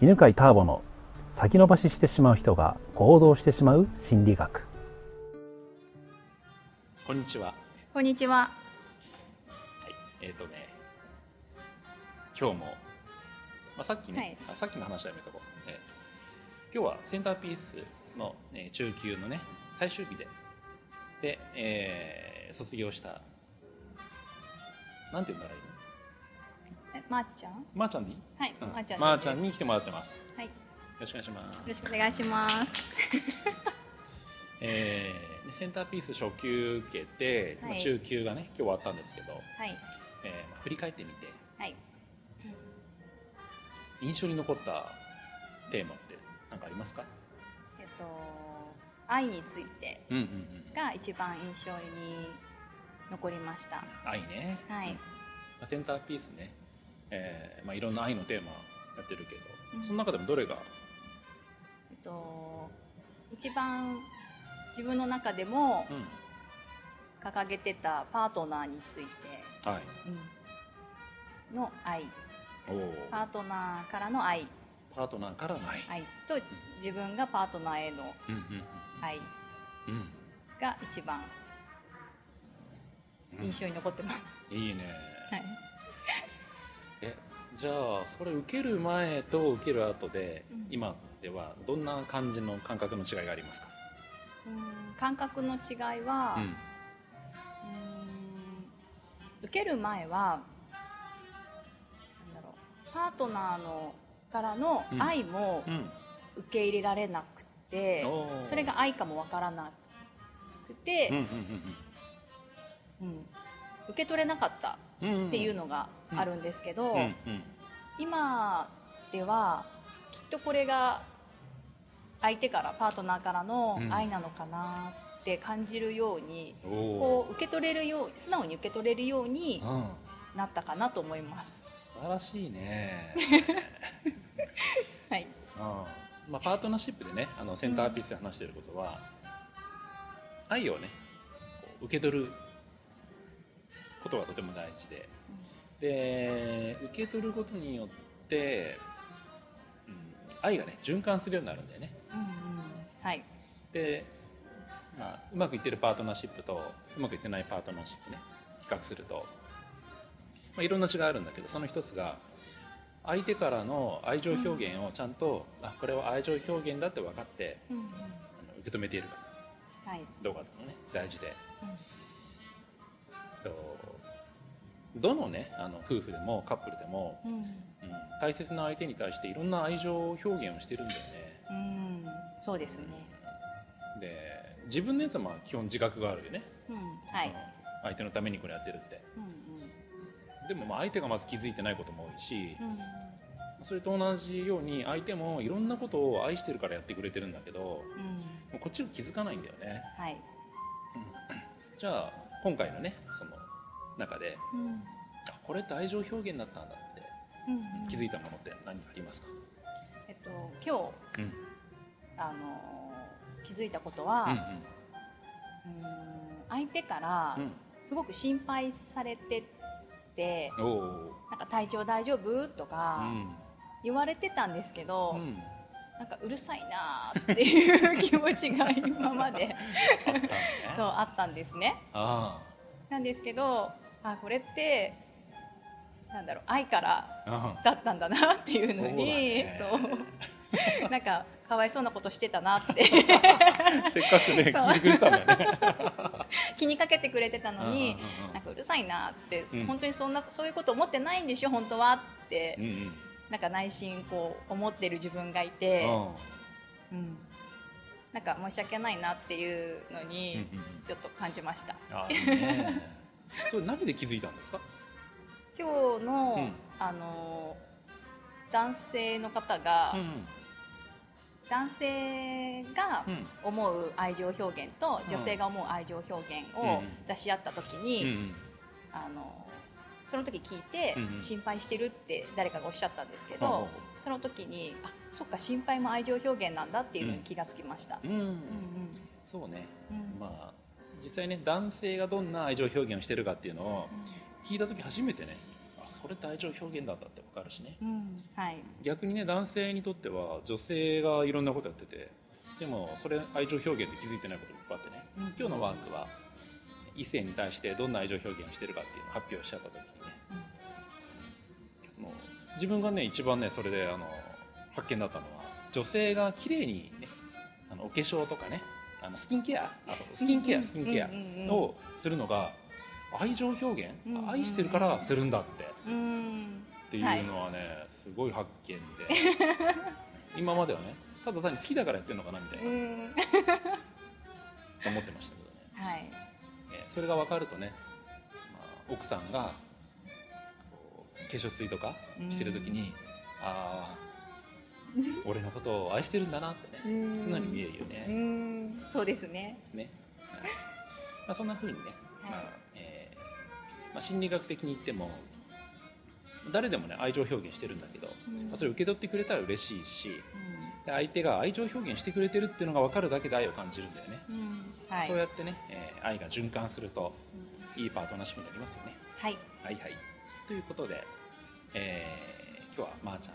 犬飼ターボの先延ばししてしまう人が行動してしまう心理学こんにちは、はこんにちは。い、えっ、とね今日も、まあ、さっきね、はいあさっきの話はやめとこう、えー今日はセンターピースの、えー中級のね最終日でで、えー卒業したなんて言うんだろう今えまー、ちゃん。まーちゃんでいい、はい、うんまー、ちゃんです。まーちゃんに来てもらってますよはい、よろしくお願いしますろしくお願いします。えーセンターピース初級受けて、はいまあ中級がね今日終わったんですけど、はい、えーまあ振り返ってみてはい。印象に残ったテーマって何かありますかえっと、愛についてうんうんうんが一番印象に残りました。愛ね、はいうんまあセンターピースね、えーまあ、いろんな愛のテーマやってるけど、うんその中でもどれがえっと、一番自分の中でもうん掲げてたパートナーについてはいの愛、おーパートナーからの愛、パートナーからの愛、愛と自分がパートナーへのうん愛うんが一番うんうん印象に残ってます。いいね、はい。えじゃあそれ受ける前と受ける後で、うん今ではどんな感じの感覚の違いがありますか、うん感覚の違いは、うんうん受ける前はなんだろうパートナーのからの愛もうん受け入れられなくて、おーそれが愛かもわからなくてうん、うん受け取れなかったうんうんうんっていうのがあるんですけど、うんうん今ではきっとこれが相手からパートナーからの愛なのかなって感じるように、おこう受け取れるよう素直に受け取れるようにーうんなったかなと思います。素晴らしい ねはい、うんまあパートナーシップでねあのセンターピースで話していることは、愛をねこう受け取ることがとても大事でで受け取ることによって、うん、愛がね循環するようになるんだよねうんうんはい、で、まあ、うまくいってるパートナーシップとうまくいってないパートナーシップね比較すると、まあ、いろんな違いあるんだけどその一つが相手からの愛情表現をちゃんと、あこれは愛情表現だって分かってうんうあんの受け止めているかはい、どうかっていうのね大事でうんとどのねあの夫婦でもカップルでも、うんうん、大切な相手に対していろんな愛情表現をしてるんだよねうん、そうですね。で自分のやつはまあ基本自覚があるよね、うん、はい、相手のためにこれやってるってうんでもまあ相手がまず気づいてないことも多いしうん、うん、それと同じように相手もいろんなことを愛してるからやってくれてるんだけどもうん、うこっちが気づかないんだよねはい、じゃあ今回のねその中でうん、うんあこれって愛情表現だったんだってうん気づいたものって何かありますかえっと今うんうん日あのー気づいたことは、うん相手からうんすごく心配されてて、うんおーなんか体調大丈夫とうかん言われてたんですけど。うんなんかうるさいなーっていう気持ちが今 まであったんだねそうあったんですねあなんですけどあこれってなんだろう愛からーあ だったんだなっていうのにそそうう,、なんかかわいそう なことしてたなって ーせっかくねそう聞いてくれてたんだよ ね気にかけてくれてたのにうんうんうんうんなんかうるさいなって、うん本当にそんなそういうこと思ってないんでしょ本当はって、うんうんなんか内心こう思ってる自分がいて、うん、なんか申し訳ないなっていうのうんにうんうんちょっと感じました。あいいねそれ何で気づいたんですか今日の、うんあの男性の方が、ん男性がうん思う愛情表現と、うん女性が思う愛情表現うんうをん出し合った時に、うんあのその時聞いて、うんうん心配してるって誰かがおっしゃったんですけほうほど、その時にあそっか心配も愛情表現なんだっていうのに気がつきました。うんうんそうねうんうんまあ実際ね男性がどんな愛情表現をしてるかっていうのを聞いた時初めてねああそれって愛情表現だったって分かるしねうんはい逆にね男性にとっては女性がいろんなことやっててでもそれ愛情表現って気づいてないこといっぱいあってねうん今日のワークは異性に対してどんな愛情表現をしてるかっていうのを発表しちゃった時にねもう自分がね一番ねそれであの発見だったのは女性が綺麗にねあのお化粧とかねあのスキンケアあそうスキンケうアんスキンケアうんうんうんをするのが愛情表現うんうん愛してるからするんだってうんっていうのはね、すごい発 見で今まではねただ単に好きだからやってるのかなみたいな、うんと思ってましたけどねはいねそれが分かるとね、まあ、奥さんがこう化粧水とかしてる時に、ああ俺のことを愛してるんだなってね、うんそんなに見えるようね。んそうですねねはいまあ、そんな風にね、はいまあえーまあ、心理学的に言っても誰でもね愛情表現してるんだけど、うんまあそれ受け取ってくれたら嬉しいしで相手が愛情表現してくれてるっていうのが分かるだけで愛を感じるんだよね。うんうんはいそうやってね、えー愛が循環するといいパートナーシップになりますよね。はいはいはい。ということで、えー今日はまーちゃん、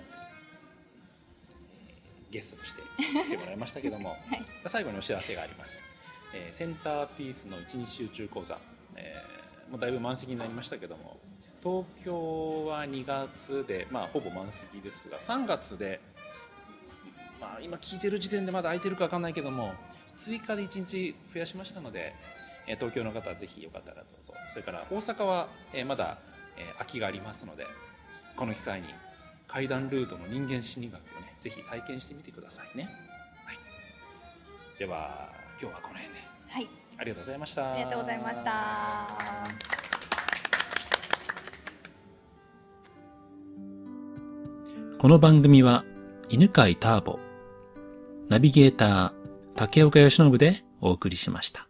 えーゲストとして来てもらいましたけども、最後にお知らせがあります。えーセンターピースの一日集中講座、えーもうだいぶ満席になりましたけども、東京は2月で、まあ、ほぼ満席ですが、3月で、まあ、今聞いてる時点でまだ空いてるか分かんないけども、追加で1日増やしましたので、えー東京の方はぜひよかったらどうぞそれから大阪は、えーまだ、えー空きがありますのでこの機会に階段ルートの人間心理学をねぜひ体験してみてくださいね、はい、では今日はこの辺ではいありがとうございましたありがとうございました。この番組は犬飼ターボナビゲーター竹岡由伸でお送りしました